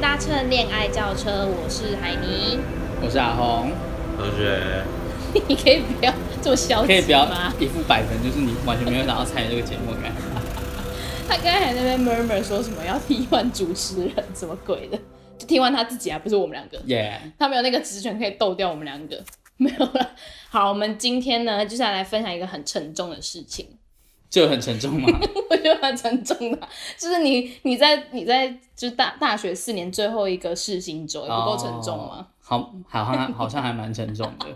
搭乘恋爱轿车，我是海尼。 我是阿红，同学，你可以不要这么消极吗？可以不要一副百分，就是你完全没有想要参与这个节目的感觉。他刚才还在那边 murmur 说什么要替换主持人，什么鬼的？就替换他自己啊，不是我们两个。耶、他没有那个职权可以斗掉我们两个， 没有了。好，我们今天呢，就是要来分享一个很沉重的事情， 这很沉重吗？我觉得蛮沉重的啊，就是你你在你在就是大大学四年最后一个试行周，也 不够沉重吗？哦？好，好像好像还蛮沉重 的。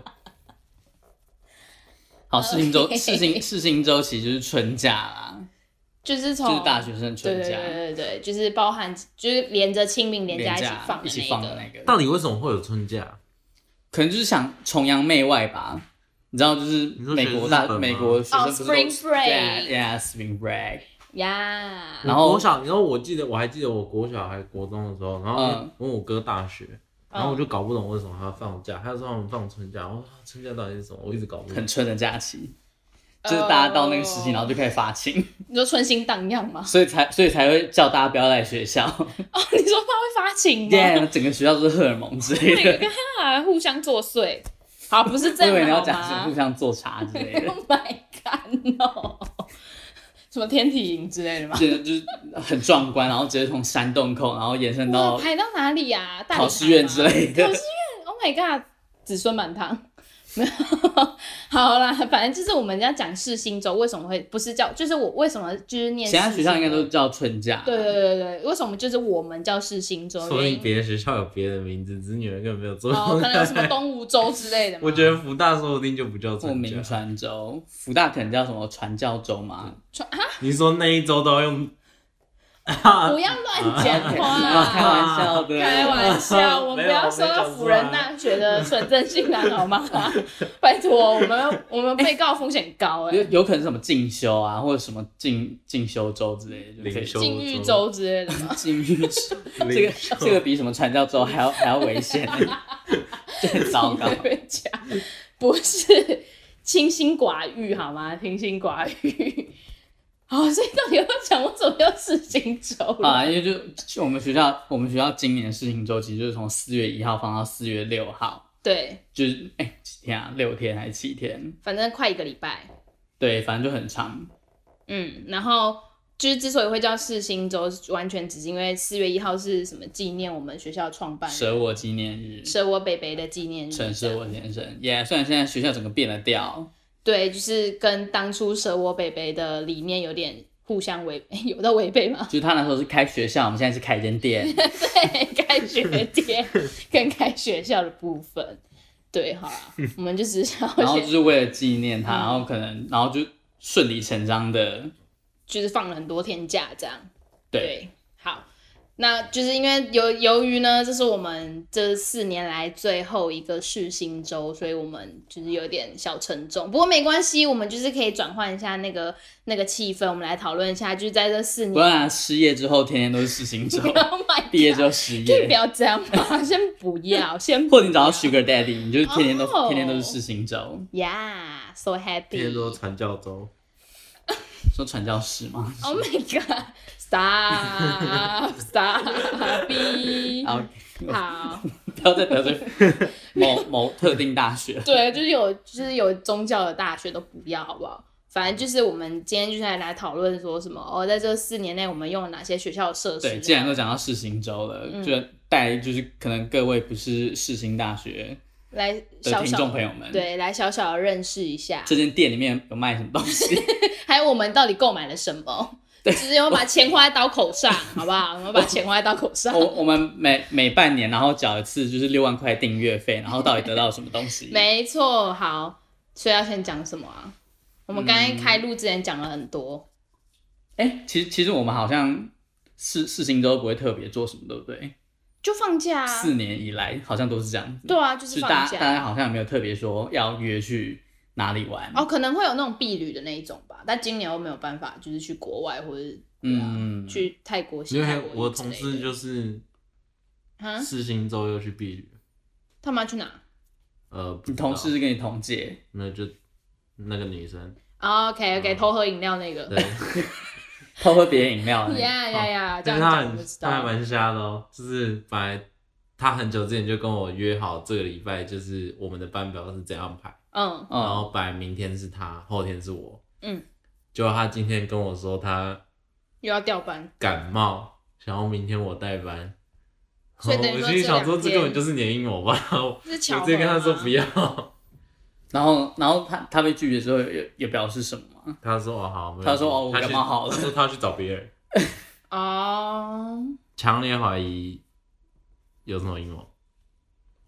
好，试行周， OK 试行试行周期就是春假啦，就是就从是大学生哦对春对假，对对对，就是包含就是连着清明连假一起假放的一起放的那个，到底为什么会有春假？可能就是想崇洋媚外吧。你知道，就是你说美国大学日本吗美国学生不是都、哦，Spring Break yeah,，yeah，Spring Break，呀。然后我国小，然后我记得我还记得我国小还国中的时候，然后嗯问我哥大学，然后我就搞不懂为什么他要放假，他说他们放春假，我说啊春假到底是什么？我一直搞不懂很。春的假期，哦就是大家到那个时期，然后就开始发情，你说春心荡漾吗？ 所以才所以才会叫大家不要来学校。哦，你说他会发情吗？耶，整个学校都是荷尔蒙之类 Oh my 的 God，。啊，互相作祟。 好，啊不是这我以为样你的要好讲是互吗相做茶之类的， ？Oh my god no！什么天体营之类的吗？真的就是很壮观，然后直接从山洞口，然后延伸哇，到排到哪里呀、大理考试院之类台吗。的考。试院，Oh my god！子孙满堂。 没有，好啦，反正就是我们要讲世新周为什么会不是叫，就是我为什么就是念 其他学校应该都世新周叫春假，对对对对，为什么就是我们叫世新周？所原以因别的学校有别的名字，只是你们根本没有做。哦，可能有什么东吴周之类的吗。 我觉得福大说不定就不叫复春明假。传州，福大可能叫什么传教州嘛，你说那一周都要用不要乱讲话啊啦，开玩笑的，开玩笑，我们不要说到辅仁大学的纯正性男好吗？拜托，我们我们被告风险高哎、有有可能是什么进修啊，或者什么进进修州之类的，就可以灵修禁欲周之类的嘛。禁欲州，这零个这个比什么传教州还要还要危险，这很 糟糕 会。被讲，不是清心寡欲好吗？清心寡欲。好，所以到底要讲我怎么要事情周了？啊，因为就就我们学校，我们学校今年的事情周期就是从四月一号放到四月六号，对，就是哎、几天啊，六天还是七天？反正快一个礼拜。对，反正就很长。嗯，然后就是之所以会叫世新周，完全只是因为四月一号是什么纪念我们学校创办人舍我纪念日，舍我北北的纪念日。陈舍我先生，耶、虽然现在学校整个变了调，对，就是跟当初舍我北北的理念有点互相违，有到违背 吗？就是他那时候是开学校，我们现在是开一间店。对，开学店跟开学校的部分。对，好啦，我们就只是想然要后就先是为了纪念他，然后可能，然后就顺理成章的，就是放了很多天假这样。对，好，那就是因为由由于呢，这是我们这四年来最后一个试新周，所以我们就是有点小沉重。不过没关系，我们就是可以转换一下那个那个气氛，我们来讨论一下，就是在这四不年。然、失业之后天天都是事 情周， Oh my god！毕业之后失 可以不业，要这样吗？先不要，先或者你找到 Sugar Daddy，你就天天都、哦天天都是事情周。 Yeah，so 天天都 happy。传教周，说传教士吗 Oh my god！Stop，stop，B。 好，好，不要再得罪 某某特定大学。对，就是啊有就是有宗教的大学都不要，好不好？反正就是我们今天就是来来讨论说什么哦，在这四年内我们用了哪些学校的设施？对，既然都讲到世新州了，嗯就带就是可能各位不是世新大学来的小听众小朋友们，对来小小的认识一下，这间店里面有卖什么东西？ 还有我们到底购买了什 么？就是我们把钱花在刀口上，好不好？我们把钱花在刀口上。我我们每每半年然后缴一次就是六万块订阅费，然后到底得到什么东西？没错，好，所以要先讲什么啊？我们刚才嗯开录之前讲了很多，哎、其实其实我们好像世世新州不会特别做什么，对不对？就放假啊，四年以来好像都是这样子，对啊，就是是大放家大假。家好像没有特别说要约去哪里玩。哦，可能会有那种避旅的那一种吧，但今年又没有办法，就是去国外或者是对啊嗯去泰国、西因泰为国我之同类事的就是嗯啊，四星周又去避旅，他们要去哪呃，不你知道同事是跟你同届，没有就那个女生，哦嗯 ？OK OK，偷喝饮料那个，对，偷喝别人饮料 的那个。呀呀呀，这但样是讲我哦他很就知他还道了。蛮瞎的哦，就是本来他很久之前就跟我约好这个礼拜就是我们的班表是怎样排，嗯然嗯，后本来明天是他，后天是我，嗯，结果他今天跟我说他又要调班，感冒，想要明天我代班。所以等于我说心里想说，这两天这根本就是你的阴谋吧！我是巧合直接跟他说吗不要，然后然后他他被拒绝之后也也表示什么吗？他说哦好，没有他说哦我他去感冒好了他说他要去找别人，哦。强烈怀疑有什么阴谋。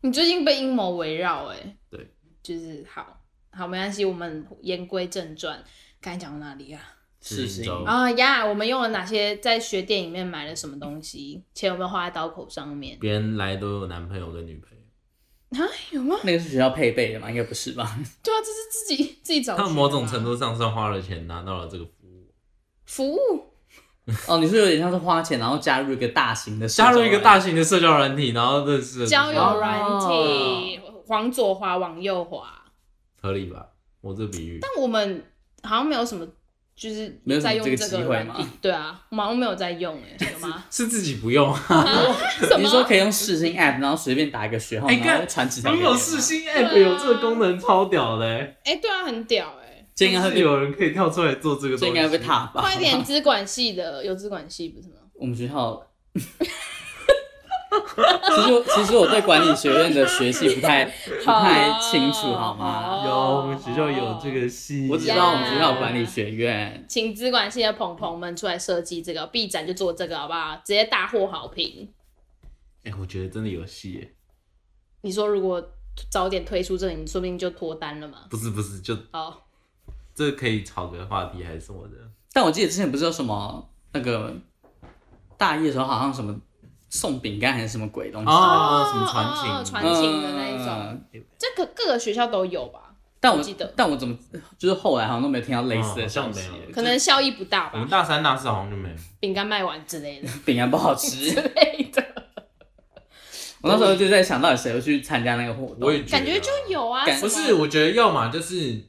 你最近被阴谋围绕哎，对，就是好好没关系，我们言归正传，刚才讲到哪里啊？是是你哦，啊呀，我们用了哪些在学店里面买了什么东西？钱有没有花在刀口上面？ 别人来都有男朋友跟女朋友，啊，有吗？那个是学校配备的吗？应该不是吧？ 对啊，这是自己自己找。啊他们某种程度上算花了钱拿到了这个服务，服务哦，你是有点像是花钱，然后加入一个大型的社加交入一个大软型的社交软体，然后认识了交友哦软体，往左滑，往右滑。合理吧？我这比喻，但我们好像没有什么，就是没有什么在用这个这机个会软吗体。对啊，我们好像没有在用哎，有 吗？是自己不用啊。什你么？是说可以用视星 app，然后随便打一个学号，哎然后干传纸条如给别果人世吗。新啊 App 有这个功能，超屌的、欸，哎、对啊，很屌哎、这应该就是会被，有人可以跳出来做这个东西，这应该会被踏吧？快一点，资管系的有资管系不是吗？我们学校，其实我其实我对管理学院的学系不 太不太清楚，啊好哦吗？有，我们学校有这，个系，我只知道我们学校有管理学院，请资管系的朋朋们出来设计这个，B 展就做这个好不好？直接大获好评。哎、我觉得真的有戏耶、你说如果早点推出这个，你说不定就脱单了嘛。不是不是，就哦，这可以炒个话题还是什么的。但我记得之前不是有什么那个大一的时候，好像什么送饼干还是什么鬼东西，哦，什哦么哦传情？传情的那一种嗯，这个各个学校都有吧？但我记得但我怎么就是后来好像都没有听到类似的嗯消好息像没，有可能效益不大我们吧，大三大四好像就没有。饼干卖完之 类的饼干不好 吃。之类的，我那时候就在想，到底谁会去参加那个活动？觉感觉就有啊。感什不么是，我觉得要么就是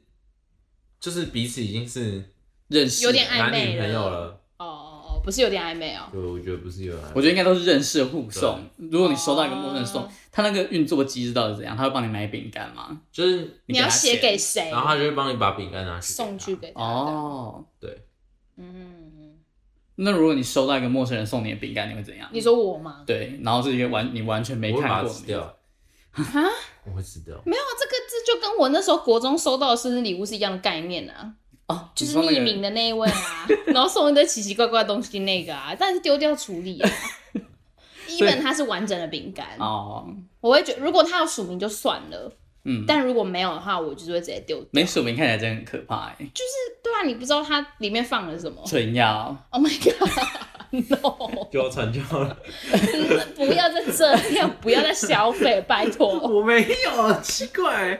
就是彼此已经是认识有点暧男昧女了朋友了，哦哦哦，不是有点暧昧哦。对，我觉得不是有人，我觉得应该都是认识的互送。如果你收到一个陌生人哦送，他那个运作机制到底是怎样？他会帮你买饼干吗？就是，你给要他写钱给谁？然后他就会帮你把饼干拿去给送去给他。，哦。对，嗯，那如果你收到一个陌生人送你的饼干，你会怎样？你说我吗？对，然后是一个完你完全没我会把看它过哦吃的掉，我会吃掉。啊没有，这个这就跟我那时候国中收到的生日礼物是一样的概念啊，哦，就是你说那匿个名的那一位啊， 然后送一堆奇奇怪怪的东西那个啊，但是丢掉处理 啊。一本它是完整的饼干，哦，我会觉如果它有署名就算了，嗯，但如果没有的话，我就是会直接丢。没署名看起来真的很可怕哎、对啊，你不知道它里面放了什么。纯药 Oh my god！No！就要传教了，不要再这样，不要再消费，拜托。我没有，奇怪。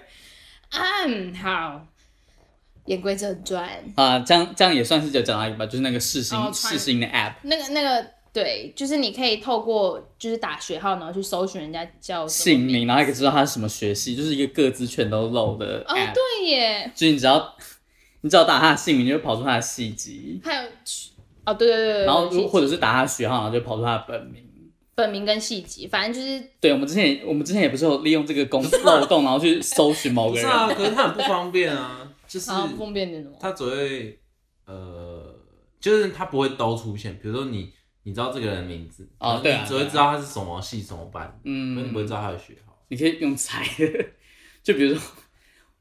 嗯，好，言归正传，啊、这样这样也算是就讲到一个吧，就是那个试新哦传试新的 app，那个那个，对，就是你可以透过就是打学号，然后去搜寻人家叫什么姓名，然后还可以知道他是什么学系，就是一个各自全都漏的哦 app，、，对耶，就是你只要 你只要打他的姓名，就会跑出他的系籍，还有哦，对对对对，然后细如或者是打他的学号，然后就跑出他的本名。本名跟细节，反正就是对，我们之前也我们之前也不是有利用这个 功漏洞，然后去搜寻某不个是人。啊，可是他很不方 便啊，就是啊，方便点什么？他只会呃，就是他不会都出现。比如说你，你知道这个人的名字，哦可对是啊你只会对啊知道他是什么系什么班，可是你不会嗯，知道他的学号。你可以用猜的， 就比如说，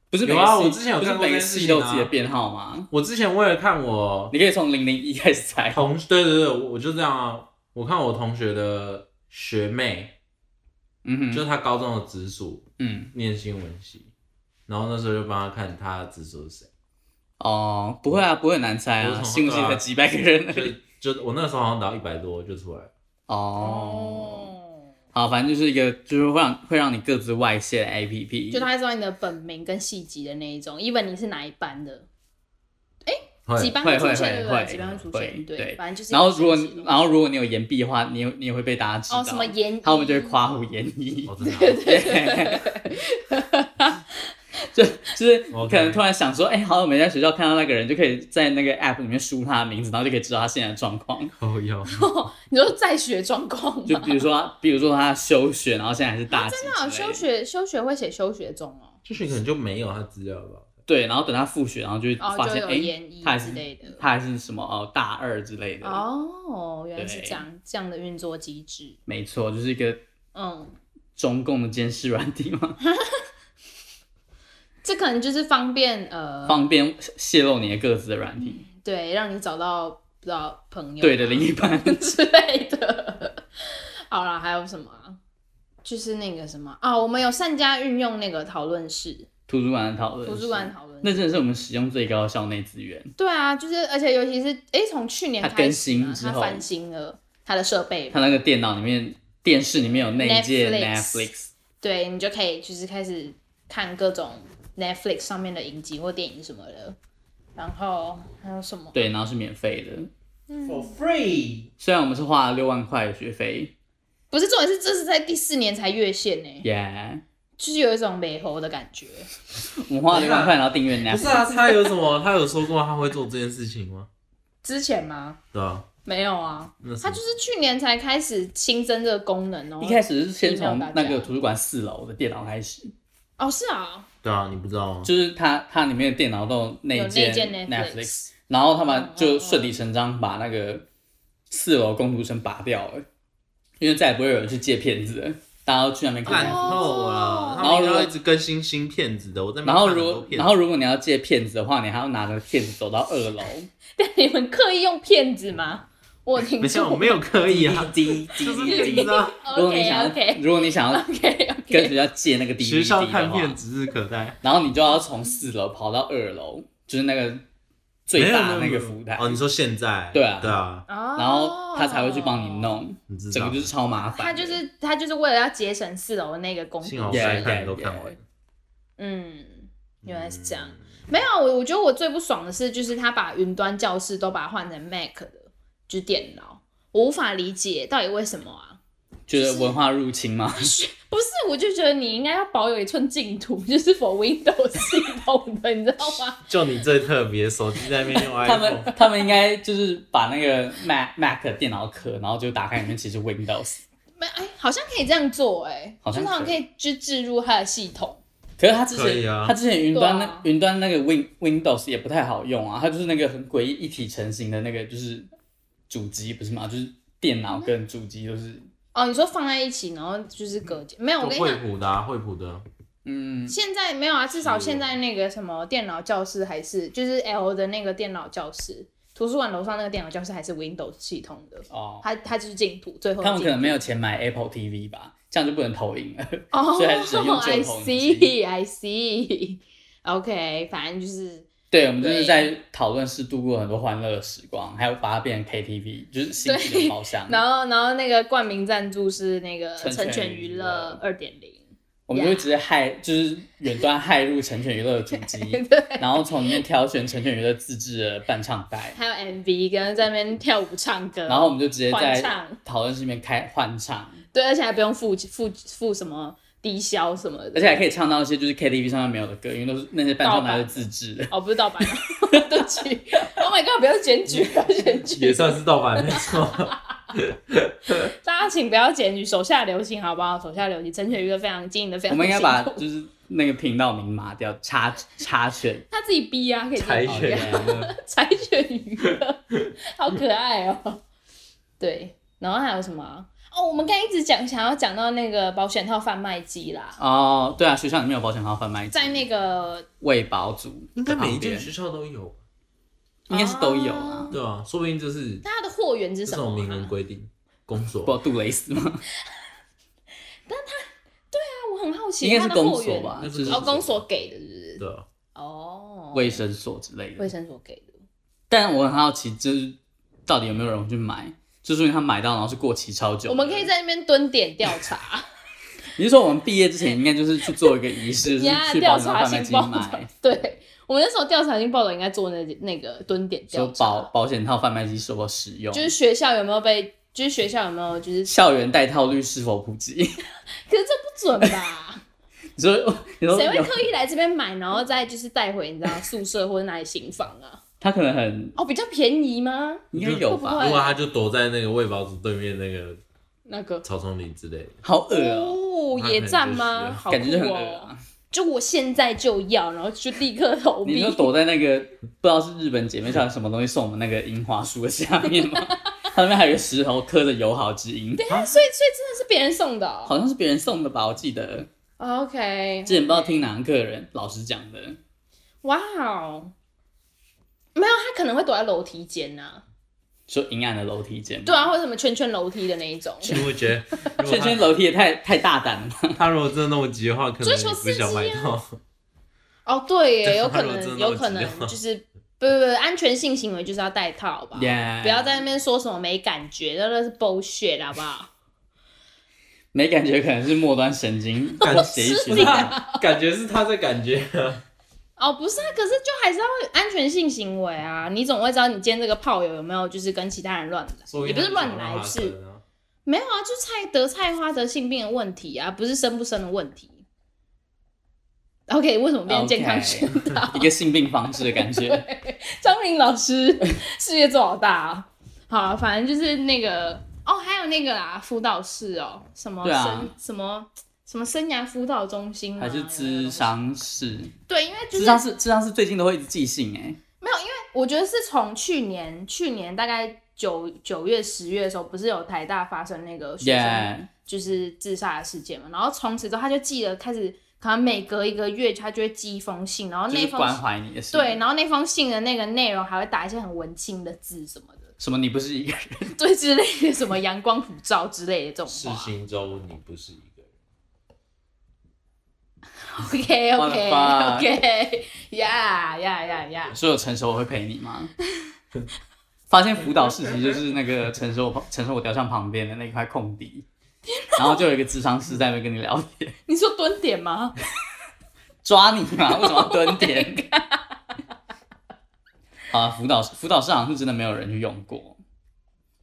不是每有个啊系我之前有不是看过每个这件事系情都有啊自己的编号吗？我之前为了看我你可以从零零一开始 猜。同，对对对，我我就这样啊。我看我同学的学妹，嗯就哼，是她高中的直属嗯，念新闻系，然后那时候就帮她看她的直属是谁，哦，不会啊，不会很难猜我是啊，从新闻系才几百个人而 已。就就我那时候好像打一百多就出来了。哦，哦，好，反正就是一个就是会让会让你各自外泄的 APP。就他会知道你的本名跟细节的那一种，even 你是哪一班的，几会班会出会现对会不对？会几班会出会现，对，对反正就是一个然后如果神奇的东西然后如果你有延毕的话，你也你也会被大家知道。哦什么研一， 哦啊他们就会夸唬研一哦，。真的啊对 就就是可 OK 能突然想说，哎、好久没在学校看到那个人，就可以在那个 app 里面输入他的名字，然后就可以知道他现在的状况。 哦哟，你说在学状况 就吗？比如说他，比如说他休学，然后现在还是大几、真的哦、休。学休学会写休学中哦，就是可能就没有他资料吧。对，然后等他复学，然后就会哦发现，就有哎、研一他还之是类的他还是什么哦，大二之类的。哦，原来是对这样这样的运作机制，没错，就是一个嗯，中共的监视软体嘛，这可能就是方便呃，方便泄露你的各自的软体，对，让你找到不知道朋友啊对的另一半。之类的。好了，还有什么啊？就是那个什么啊，我们有善加运用那个讨论室、图书馆的讨论，图书馆，讨论室。那真的是我们使用最高的校内资源。对啊，就是而且尤其是哎，从去年它开更始嘛新之它后翻新了它的设备嘛，他那个电脑里面、电视里面有那一届 Netflix Netflix，对你就可以就是开始看各种 Netflix 上面的影集或电影什么的。然后还有什么？对，然后是免费的。 For free，虽然我们是花了六万块的学费不是重点是这是在第四年才越线呢、 ，Yeah，就是有一种美猴的感觉。我们花了六万块，然 后订阅不是 Netflix。啊，他有什么？他有说过他会做这件事情吗？之前吗？对啊，没有啊，那什它么就是去年才开始新增这个功能哦、一开始是先引导从大家那个图书馆四楼的电脑开始，哦，是啊，对啊，你不知道吗？就是它它里面的电脑都有那有一那一间件 Netflix，然后他们就顺理成章把那个四楼工读生拔掉了，因为再也不会有人去借片子了，大家都去那边看烂 Netflix。哦透了，他然后们如果要一直更新新片子的，我在那然边后看如很多果片子然后如果你要借片子的话，你还要拿着片子走到二楼，但你们刻意用骗子 吗？我听没有错我没有刻意啊，滴就是你知道，如果你想 OK 要 OK 如果你想要 OK 跟 OK，学校借那个 DVD 学校看片的话，指日可待。然后你就要从四楼跑到二楼，就是那个最大的那个服务台，哦，你说现在？对啊对 啊，然后他才会去帮你。弄，你知整道个就。是超麻烦的。哦他就是他就是为了要节省四楼的那个功幸好能我对该 Yeah, 看 yeah, 都看完了 yeah.，嗯，原来是这样。没有，我我觉得我最不爽的是，就是他把云端教室都把它换成 Mac 的，就是电脑，我无法理解到底为什么啊？觉得文化入侵嘛，不是，我就觉得你应该要保有一寸净土，就是否 Windows 系统的，你知道吗？就你最特别，手机在那边用他们 iPhone，他们应该就是把那个 Mac Mac 的电脑壳，然后就打开里面其实 Windows， 没，哎，好像可以这样做、哎，好像就是好像可可以以就置入它的系统。可是他之可以前、啊他之前云端对那啊云端那个 Win Windows 也不太好用啊，它就是那个很诡异一体成型的那个就是主机不是吗？就是电脑跟主机都是哦，你说放在一起，然后就是隔间？没有，我跟你惠讲，普的啊，惠普的，嗯现在没有啊，至少现在那个什么电脑教室还是就是 L 的那个电脑教室，图书馆楼上那个电脑教室还是 Windows 系统的，哦，它它就是净土，最后他们净可土能没有钱买 Apple TV 吧，这样就不能投影了。 哦、所以还是只能用旧 I 统机 see, I see. OK，反正就是对，我们就对是在讨论室度过很多欢乐的时光，还有把它变成 KTV，就是新奇的包厢。 然后，然后那个冠名赞助是那个成成全全娱娱乐乐二点零，我们就会直接害，就是远端害入成全娱乐的主 机，然后从里面挑选成全娱乐自制的伴唱带，还有 MV 跟在那边跳舞唱歌，然后我们就直接换在唱，讨论室里面开换唱，对，而且还不用付付付什么低消什么而的，且还可以唱到一些就是 KTV 上面没有的歌，因为都是那些伴唱带是自制的。哦，不是盗版，对不起，Oh my god，不要检举，不要检 也举，算是盗版没 错。大家请不要检举，手下留情好不好？手下留情，成全娱乐非常经营的非 我常们辛应 该把苦，就是那个频道名码掉，插插选他自己逼啊，可以自己柴逼啊 犬娱乐， 柴犬娱乐，好可爱哦、对，然后还有什么啊？哦，我们刚才一直讲想要讲到那个保险套贩卖机啦，哦，对啊，学校里面有保险行贩卖机，在那个卫保组应该的旁每一间边学校都有，应该是都有哦啊。对啊，说不定就是它的货源是这什么、种明文啊？规定，公所不，杜蕾斯吗？那哎我很好奇，应该它是的公货所源吧，那就是是哦，公所给的，是不是？对啊，哦，卫生所之类的卫。生所给的，但我很好奇，就是到底有没有人去买？就是因为他买到，然后是过期超久。我们可以，在那边蹲点调 查，你是说我们毕业之前应该就是去做一个 仪式，就是呀，去调保险查贩卖性机报道买，。对。我们那时候调查性报道应该做那那个蹲点调说保查，保险套贩卖机是否使用，就是学校有没有被，就是学校有没有就是校园带套率是否普可及， 是这不准吧？你说你说谁会有特意来这边买，然后再就是带回你知道宿舍或者哪里新房啊？他可能很 哦，比较便宜吗？应该有会不吧会，如果他就躲在那个喂饱子对面那个那个草丛里之类的，好恶哦、哦那可，能野战就吗？是好酷感觉就很恶哦！啊。就我现在就要，然后就立刻投你币 就。躲在那个不知道是日本姐妹上什么东西送我们那个樱花树的下面吗？ 它那边还有一个石头刻着友好之音，啊所以所以真的是别人送的哦。好像是别人送的吧？我记得 OK，之前不知道听哪个人老师讲的，哇哦，没有，他可能会躲在楼梯间呐、啊，说阴暗的楼梯间嘛。对啊，或者什么圈圈楼梯的那一种，你会 觉得如果圈他圈楼梯也太太大胆了吧，他如果真的那么急的话，可能追你求不刺激想买到。哦，对耶，对有可如果真能，的那有么可急的能话就是不不不，安全性行为就是要戴套吧 Yeah 不要在那边说什么没感觉，那那是 bullshit 好不好？没感觉可能是末端神经感血液不循是环。 啊感觉是他在感觉啊，哦，不是啊，可是就还是要有安全性行为啊，你总会知道你今天这个炮友有没有就是跟其他人乱来，也不是乱来，是没有啊，就菜得菜花得性病的问题啊，不是生不生的问题。OK，为什么变健康 啊宣导一个性病防治的感觉。张明老师事业做好大啊！好，反正就是那个哦，还有那个啦，辅导室哦，什么对生、啊什么什么生涯辅导中心啊嘛还是智？商室，对，因为就智是商室，智商室最近都会一直寄信哎、没有，因为我觉得是从去年去年大概九九月十月的时候，不是有台大发生那个学生 Yeah 就是自杀的事件嘛，然后从此之后他就记得开始，可能每隔一个月他就会寄一封信，然后就是哦那封关信怀你的事。对，，然后那封信的那个内容还会打一些很文青的字什么的， 什么你不是一个人，对之类的什么阳光普照之类的这是种话。新州，你不是一个人。 OK OK What the OK，呀呀呀呀！所有成熟我会陪你吗？ 发现辅导事情就是那个成熟我 成熟我雕像旁边的那块空地，然后就有一个智商师在那边跟你 聊天，你说蹲点吗？抓你嘛？为什么要 蹲点？好啊，辅导辅导室好像是真的没有人去用过，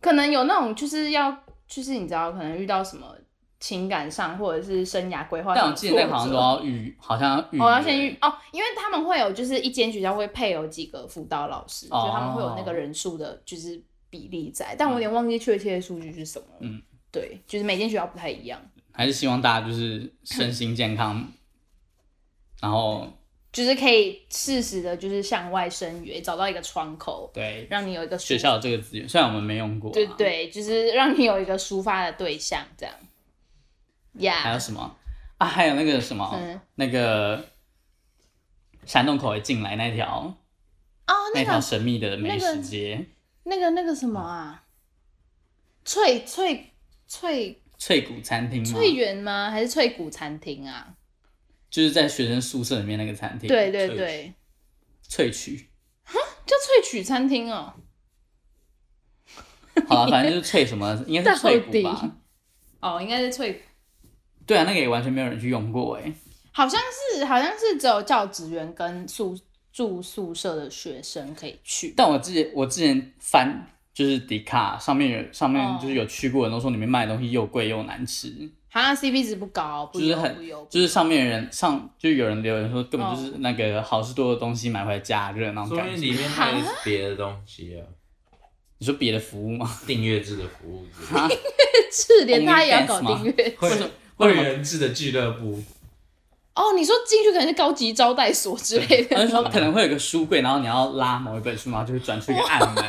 可能有那种就是要就是你知道，可能遇到什么情感上或者是生涯规划但上我的记挫得折，那个好像都要预，好像要预约，我要先预哦，因为他们会有就是一间学校会配有几个辅导老师，哦就他们会有那个人数的，就是比例在，但我有点忘记确切的数据是什么。嗯，对，就是每间学校不太一样，还是希望大家就是身心健康，然后就是可以适时的，就是向外伸援，找到一个窗口，对让你有一个抒学校有这个资源，虽然我们没用过、啊，对对，就是让你有一个抒发的对象，这样。还有 Yeah，什么啊？还有那个什么，嗯那个山洞口一进来那条哦，那那条个神秘的美食街，那个那个什么啊，翠翠翠翠谷餐厅吗？翠园吗？还是翠谷餐厅啊？就是在学生宿舍里面那个餐厅，对对萃对，萃取。叫萃取餐厅哦。好了，反正就是萃什么， 应该是到翠底谷吧？哦，应该是翠，对啊，那个也完全没有人去用过哎、好像是好像是只有教职员跟宿住宿舍的学生可以去。但我之前我之前翻就是迪卡上面有上面哦就是有去过的人都说里面卖的东西又贵又难吃，好像 CP 值不高，不就是优很不优。就是上面的人上就有人留言说根本就是那个好事多的东西买回来加热那种说感明觉。里面还有别的东西啊，你说别的服务 吗？订阅制的服务之 类的，啊，是连他也要搞 OnlyFans 吗订阅制会什么会员制的俱乐部，哦？你说进去可能是高级招待所之类 的，而且说可能会有个书柜，然后你要拉某一本书，然后就会转出一个暗门，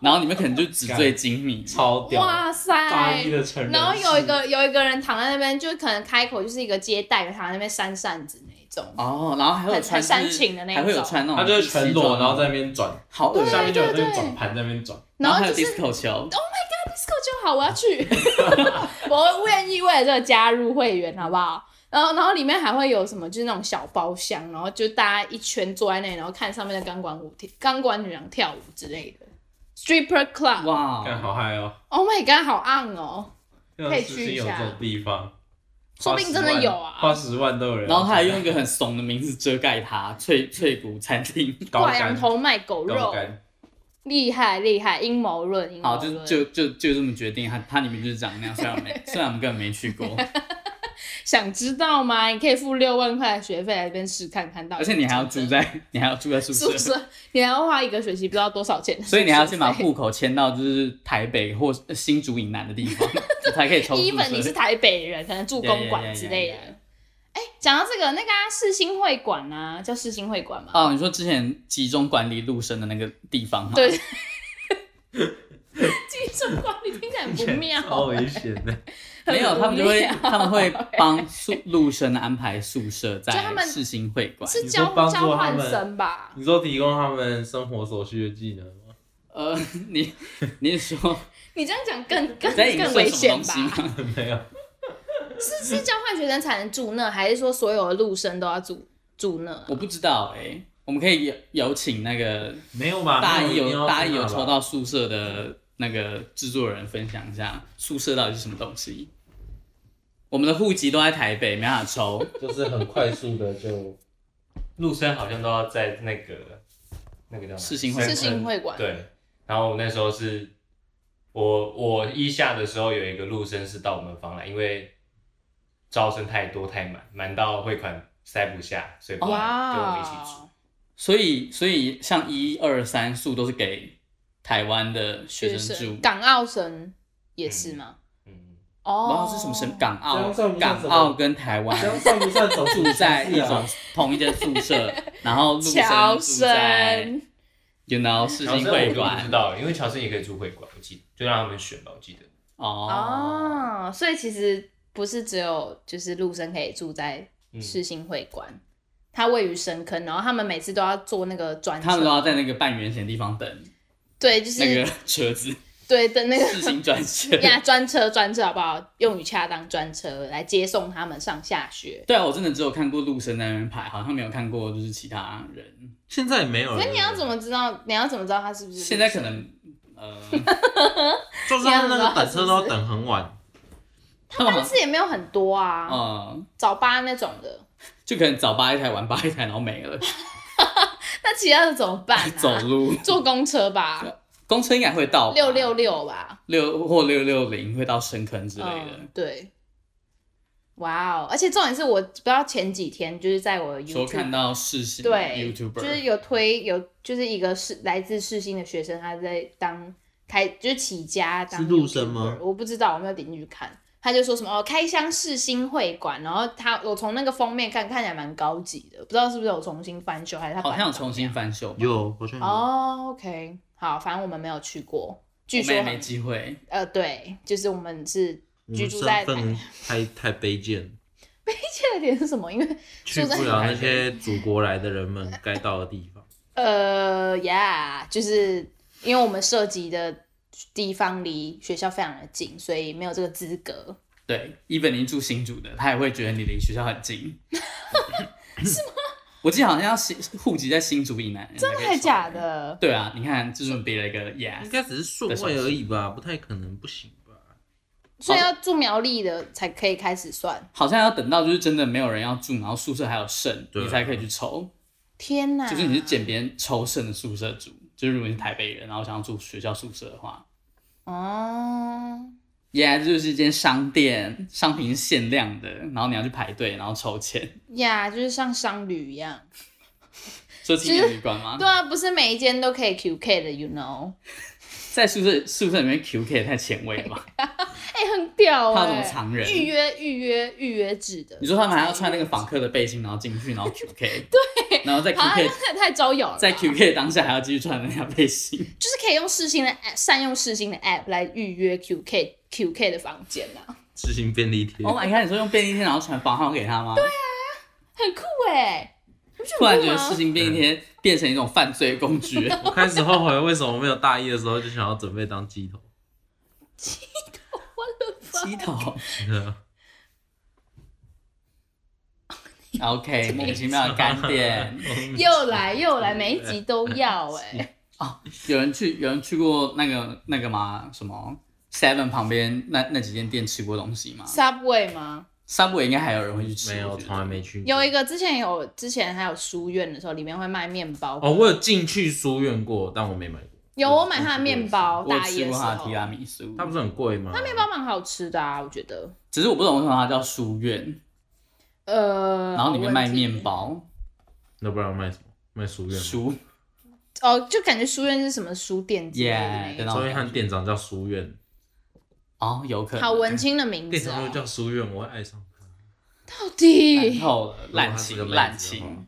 然后里面可能就纸醉金 迷。超屌，哇大塞一！的成人，然后有一，个有一个人躺在那边，就可能开口就是一个接待，躺在那边扇扇子那一种。哦，然后还有很穿很煽就是情的那还会有种穿那种他就是全西裸，装然后在那边转，好恶心下，面就有那对个对转盘在那边转，然然后后还有就是 disco 球， disco 就好，我要去， 我愿意为了这个加入会员，好不好？然后，然后里面还会有什么，就是那种小包厢，然后就大家一圈坐在那里，然后看上面的钢管舞跳、钢管女郎跳舞之类的，stripper club。看哇，好嗨哦， Oh my god，好暗哦！可可以去一下有这种地方，说不定真的有啊啊花十万都有人，然后他还用一个很怂的名字遮盖它，翠翠谷餐 厅。高挂干羊头卖狗高肉，干，厉害厉害，阴谋论，阴谋好，就论。 就就就这么决定，它它里面就是长那样，虽然我没虽然我们根本没去过，想知道吗？你可以付六万块的学费来这边试看看到底而是且不你是真的。还要住在，你还要住在宿宿舍，舍，你还要花一个学期不知道多少钱的宿舍费，所以你还要先把户口迁到就是台北或新竹以南的地 方，才可以抽宿 even 你是舍。台北人，可能住公 Yeah, yeah, 馆 yeah, 之类的 yeah, yeah.。哎，讲到这个，那个啊，世新会馆啊，叫世新会馆嘛。哦，你说之前集中管理陆生的那个地方 吗？对，集中管理听起来很不超 妙，危险的。没有，他们就会他 们会帮宿陆生安排宿舍在就他们世新会馆。是你交说帮助交他换们生吧？你说提供他们生活所需的技能吗？呃，你你是说你这样讲更你在更影更射危什险么东西吧？吗？ 没有，是是交换学生才能住那，还是说所有的陆生都要住住那啊？我不知道哎、我们可以有有请那个没有吧？啊大一没有大一有抽抽，到宿舍的那个制作人分享一下宿舍到底是什么东西。我们的户籍都在台北，没办法 抽。就是很快速的就陆生好像都要在那个那个叫什么世新会世新会馆，对，然后我那时候是，我我一下的时候有一个陆生是到我们房来，因为招生太多太满，满到汇款塞不下，所以不来跟我们一起住。哇，所以，所以像一二三宿都是给台湾的学生住。港澳生也是吗？嗯，然哦，后是什么省？港这澳样哦算不、算港什么澳跟台湾 这样算不算走啊住宿在一种种？同一间宿舍，然后陆 侨生住在生， ，you know，世乔新生我会就不知馆道了，因为乔生也可以住会馆，我记得就让他们选吧，我记得。哦。哦，所以其实不是只有就是陆生可以住在嗯世新会馆，它位于深坑，然后他们每次都要坐那个专他们都车，要在那个半圆形的地方等对，就是、那个车 子，对的那个世新专车。呀，专车专车好不好？用语恰当，专车来接送他们上下学。对啊，我真的只有看过陆生在那边排，好像没有看过就是其他人。现在也没有可了。是你要怎么？么知道？你要怎么知道他是不是？现在可能呃，就是他们那个等车都要等很晚，他们好但像是也没有很多啊，呃，早八那种的。就可能早八一台，晚八一台，然后 没了，那其他的怎么办、 啊？走路。坐公车吧，公车应该会到吧六六六吧六或六六零会到深坑之类的。嗯，对。哇哦！而且重点是我不知道前几天就是在我的说看 YouTube 到世新对， YouTuber，就是有推有就是一个是来自世新的学生，他在当开就是起家当是陆生吗 YouTuber 我不知道，我没有点进去看。他就说什么哦，开箱世新会馆，然后他我从那个封面看，看起来蛮高级的，不知道是不是有重新翻修，还是他好版像有本重新翻修吧，有好像有哦，OK，好，反正我们没有去过，据我说们也很没机会。呃，对，就是我们是 我居们住在身台，份太太卑贱，这点是什么？因为去不了那些祖国来的人们该到的地方。呃，yeah，就是因为我们涉及的地方离学校非常的近，所以没有这个资格。对，even 你住新竹的，他也会觉得你离学校很近，是吗？ 我记得好像要新户籍在新竹以南，真真的假？的？对啊，你看，这就是比了一个 yes，应该只是顺位而已吧，不太可能不行吧？所以要住苗栗的才可以开始算。好像要等到就是真的没有人要住，然后宿舍还有剩，对啊你才可以去抽，天哪！就是你是捡别人抽剩的宿舍住。就是如果你是台北人，然后想要住学校宿舍的话，哦， yeah, 这就是一间商店，商品是限量的，然后你要去排队，然后抽签，呀，就是像商旅一样。说青年旅馆吗？对啊，不是每一间都可以 QK 的，you know？在宿舍宿舍里面 QK 也太前卫 了吧？哎、很屌怕哎、怎么藏人预约预约预约制的你，说他们还要穿那个访客的背心，然后进去，然后 QK，对，然后在好啊像 QK 太太招摇了吧。在 QK 当下还要继续穿那条背心，就是可以用世新的 app，善用世新的 app 来预约 QK QK 的房间呐、啊，执行便利贴哦，你看你说用便利贴然后传房号给他吗？对啊，很酷哎、你不突觉然得觉很酷得事吗？情便利贴变成一种犯罪 工具， 我开始后悔为什么没有大一的时候就想要准备当鸡头。鸡头对啊，OK，莫名其妙的干点。 又来又来，每一集都要哎、有人去有人去过那个那个吗？什么 Seven 旁边那那几间店吃过东西吗 Subway 吗？ ？Subway 应该还有人会去吃， 没有，我觉得从来没。去过。有一个之前有，之前还有书院的时候，里面会卖面包。哦，我有进去书院过，但我没买过。有我买他的面包，我有大哦一吃的时过他的候提，拉米苏，它不是很贵吗？面包蛮好吃的啊，我觉得。只是我不懂为什么它叫书院，呃，然后里面卖问题面包、那不然卖什么？卖书院吗。书，哦，就感觉书院是什么书店之类的那种 Yeah，对那赵种一感汉觉店长叫书院，啊哦，有可能好文青的名店字长哦、又叫书院，我会爱上他。到烂底透了，如果滥他是个情妹滥子的话情。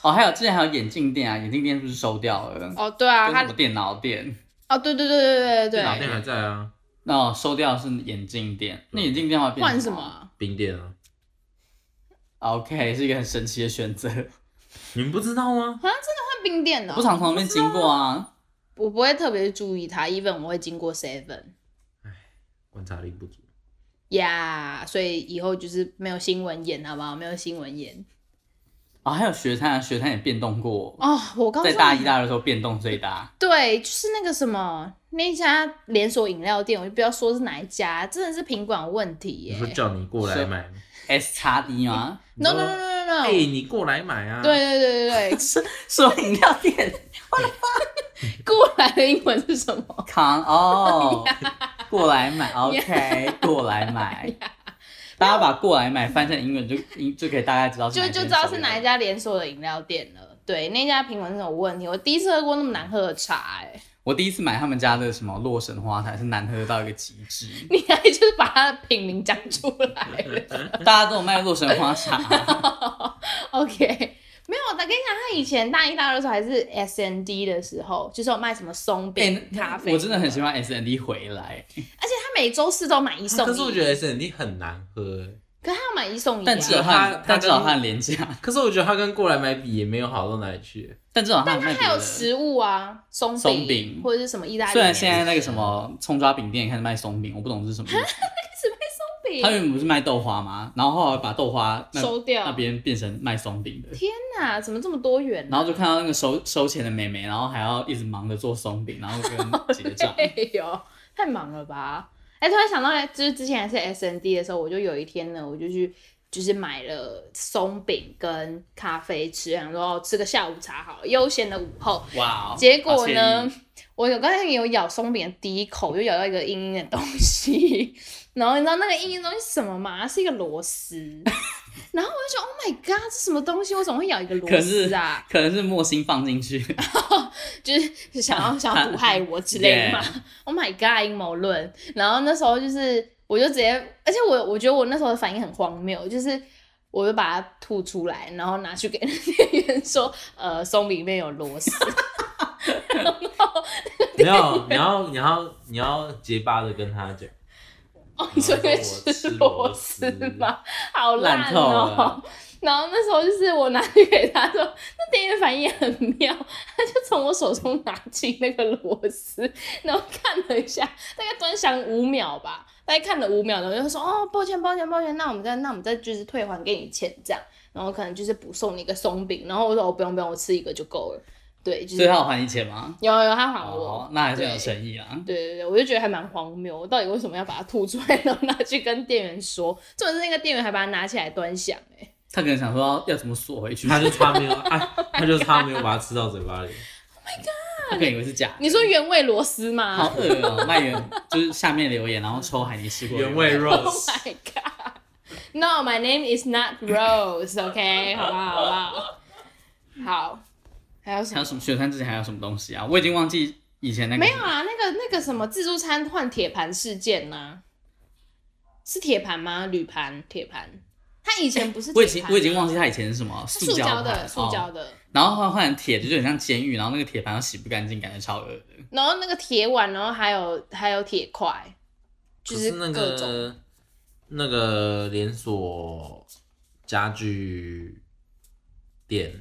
哦，还有之前还有眼镜店啊，眼镜店是不是收掉了？哦，对啊，跟什么他电脑店？哦，对对对对对老对店还在啊，那、哦、收掉的是眼镜店，那眼镜店会对，变换什什么么啊啊？冰店啊， ？OK，是一个很神奇的选 择。你们不知道吗？换冰店的哦、我常从那边经过啊，我不会特别注意它，even 我会经过 seven 观察力不足。呀所以以后就是没有新闻演，好不好？没有新闻演哦，还有学探啊，学探也变动过，哦。我告诉在你，大一、大二的时候变动最大。对，就是那个什么那一家连锁饮料店，我就不要说是哪一家，真的是品管有问题你耶说。叫你过来买吗 S 叉 D 吗？ No no no no no，、哎，你过来买啊！对，对对对 对，什么饮料店？过来的英文是什么？康 哦，过来买，OK，过来 买。大家把过来买翻成英文就英就可以大概知道是就哪就间知道手是摇哪一家连锁的饮料店了。对，那家评文是有问题。我第一次喝过那么难喝的茶、哎， 我第一次买他们家的什么洛神花茶是难喝到一个极致，你还就是把它的品名讲出来了。大家都有卖洛神 花茶， OK，没有，我跟你讲，他以前大一、大二的时候还是 SND 的时候，就是有卖什么松饼、欸咖啡，我真的很喜，欢 S N D 回来，而且他每周四都买一啊送一。可是我觉得 S N D 很难喝欸，可是他要买一送一、啊，但至少它它它但至少跟它很廉价， 可是我觉得它跟过来买比也没有好到哪里去 欸。但至少它有卖它别还有的。食物啊，松饼松饼或者是什么意大利面。虽然现在那个什么葱抓饼店也开始卖松饼，我不懂是 什么意思。松饼他原本不是卖豆花吗？然后后来把豆花那收掉那边变成卖松饼的。天哪，怎么这么多元、啊？然后就看到那个收收钱的妹妹，然后还要一直忙着做松饼，然后跟结 账。哎呦，太忙了吧！哎、突然想到，就是之前还是 S N D 的时候，我就有一天呢，我就去就是买了松饼跟咖啡吃，然后吃个下午茶好了，悠闲的午后。哇哦！结果好呢惬意？，我有刚才有咬松饼的第一口，就咬到一个硬硬的东西， 然后你知道那个硬硬的东西是什么吗？是一个螺丝。 然后我就说，Oh my god，这什么东西？我怎么会咬一个螺可是丝啊？可能是莫心放进去。就是想 要想要毒害我之类的嘛。oh my god，阴谋论。然后那时候就是，我就直接，而且我我觉得我那时候的反应很荒谬，就是我就把它吐出来，然后拿去给店员说，呃，松饼里面有螺丝。没有，你要你要你要结巴的跟他讲，哦，你说因为吃螺丝吗？好烂烂透哦了。然后那时候就是我拿去给他说，那店员反应也很妙，他就从我手中拿起那个螺丝，然后看了一下，大概端详五秒吧，大概看了五秒，然后就说哦，抱歉，抱歉，抱歉，那我们再那我们再就是退还给你钱这样，然后可能就是补送你一个松饼，然后我说哦不用不用，我吃一个就够了，对，就所是以他有还你钱吗？有有他还我。哦，那还是很有诚意啊。对对对，我就觉得还蛮荒谬，我到底为什么要把它吐出来，然后拿去跟店员说？重点是那个店员还把它拿起来端详、哎，他可能想说要怎么锁回去，他他就差没有，哎，他就差没有把它吃到嘴巴里。可能以为是假的。你说原味螺丝嗯好吗恶哦，卖原就是下面留言，然后抽海尼吃过原味 ？Oh rose， my god! No, my name is not Rose. OK，好不好？好不好？好，还有什还有么？什么？雪山之前还有什么东西啊？我已经忘记以前那个没有啊，那个那个什么自助餐换铁盘事件呐、是铁盘吗？铝盘、铁盘？他以前不是铁盘啊、欸我已经我已经忘记它以前是什么它塑塑胶盘的，塑胶哦，的。然后换换成铁的就很像监狱，然后那个铁盘又洗不干净，感觉超恶的。然后那个铁碗，然后还有还有铁块，就可是那各种。个那个连锁家具店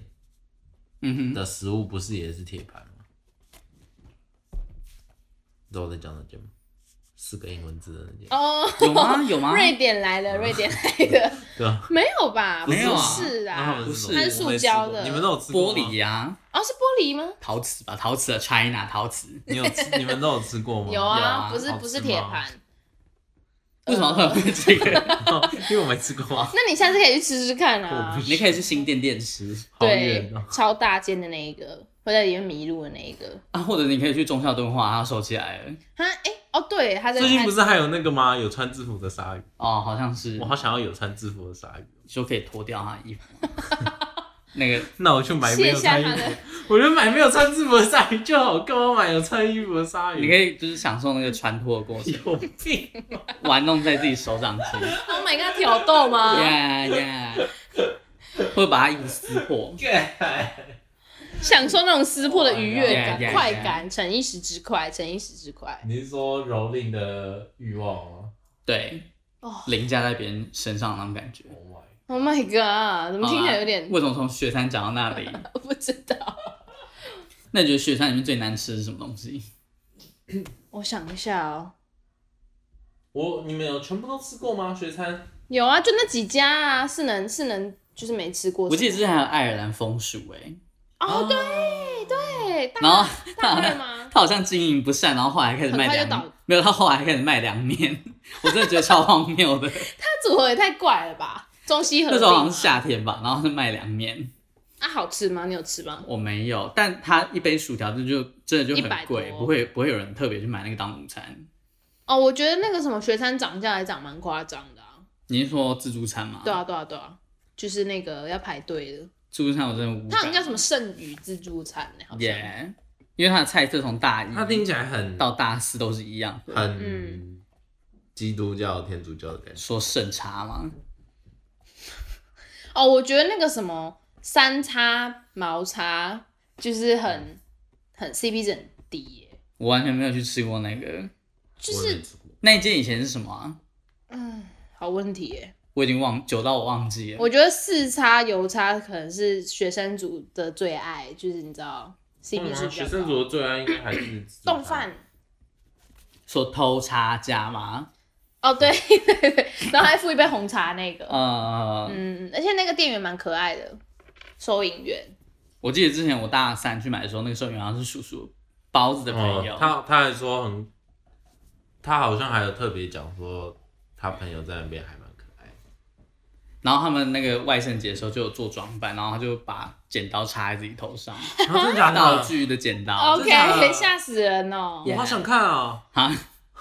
嗯哼，的食物不是也是铁盘吗？你知道我在讲哪件吗？四个英文字的那件，哦，有吗？有吗？ 瑞典来啊的，瑞典来的， 对啊，没有吧？没有啊不是那他啊们，不什么是它是塑胶的我没吃过你们都有吃过玻吗璃呀、哦，是玻璃吗？陶瓷吧，陶瓷的 China 陶瓷，你有吃？你们都有吃过吗？有有啊，啊不是好吃不是铁盘。为什么会有这个？ 因为我没吃 过啊。那你下次可以去吃吃看我啊不，你可以去新店店吃好对远哦，，超大间的那一个，会在里面迷路的那一个。啊，或者你可以去中孝敦化，它收起来了。啊，哎、哦，对，他在最近看不是还有那个吗？有穿制服的鲨鱼，哦，好像是我，好想要有穿制服的鲨鱼。就可以脱掉他的衣服，那个那我去买没卸有下穿衣他的服，我就买没有穿制服的鲨鱼就好，干嘛买有穿衣服的鲨鱼？你可以就是享受那个穿脱的过程，有病！玩弄在自己手掌 心，，Oh my god，挑逗吗？ 呀呀，会把他衣服撕破，享受那种撕破的愉悦 Yeah, yeah, 感、 yeah. 快感，逞一时之快，逞一时之快。你是说蹂躏的欲望 吗对哦，凌驾在别人身上那种感觉。 ？Oh my！ Oh my god，怎么听起来有点好啦为什么从雪山讲到那里？啊 我不知道？那你觉得雪山里面最难吃的是什么东西？我想一下哦，我你们有全部都吃过吗？学餐？有啊，就那几家啊，是能是能，就是没吃过什么。我记得之前还有爱尔兰风薯哎、欸哦，对对， 然后大大会 吗？他好像经营不善，然后后来开始很卖快就凉倒，没有，他后来开始卖凉面， 我真的觉得超荒 谬的。他组合也太怪了吧，中西合那璧时候好像吗是夏天吧，然后是卖凉面，啊，好吃吗？你有吃吗？我没有，但他一杯薯条这就真的就100很贵，多不会不会有人特别去买那个当午餐。哦，我觉得那个什么学餐涨价还涨蛮夸张的啊。你是说自助餐吗？对，啊，对啊，对啊，就是那个要排队的，自助餐我真的无。它好像叫什么？剩余自助餐呢、好像。耶、因为他的菜色从大一它听起来很到大四都是一样的，嗯很基督教、天主教的感觉。说剩差嘛，哦，我觉得那个什么三叉毛叉就是很很 CP 值很低耶、我完全没有去吃过那个。就我也是没吃过那一间以前是什么啊？嗯，好问题耶、我已经忘久到我忘记了。我觉得四叉油叉可能是学生族的最爱，就是你知道哦 CP 值嗯比较学高生族的最爱应该还是自助餐冻。饭。说偷差价吗？哦，对对对，然后还附一杯红茶那个，呃，嗯，而且那个店员蛮可爱的，收银员，我记得之前我大三去买的时候，那个时候好像是叔叔包子的朋友，哦，他他还说很，他好像还有特别讲说，他朋友在那边还蛮可爱的。然后他们那个万圣节的时候就有做装扮，然后他就把剪刀插在自己头上，啊 真的 假道的？具哦的啊剪哦刀。真的假 OK，的吓死人哦！我好想看啊！ 啊，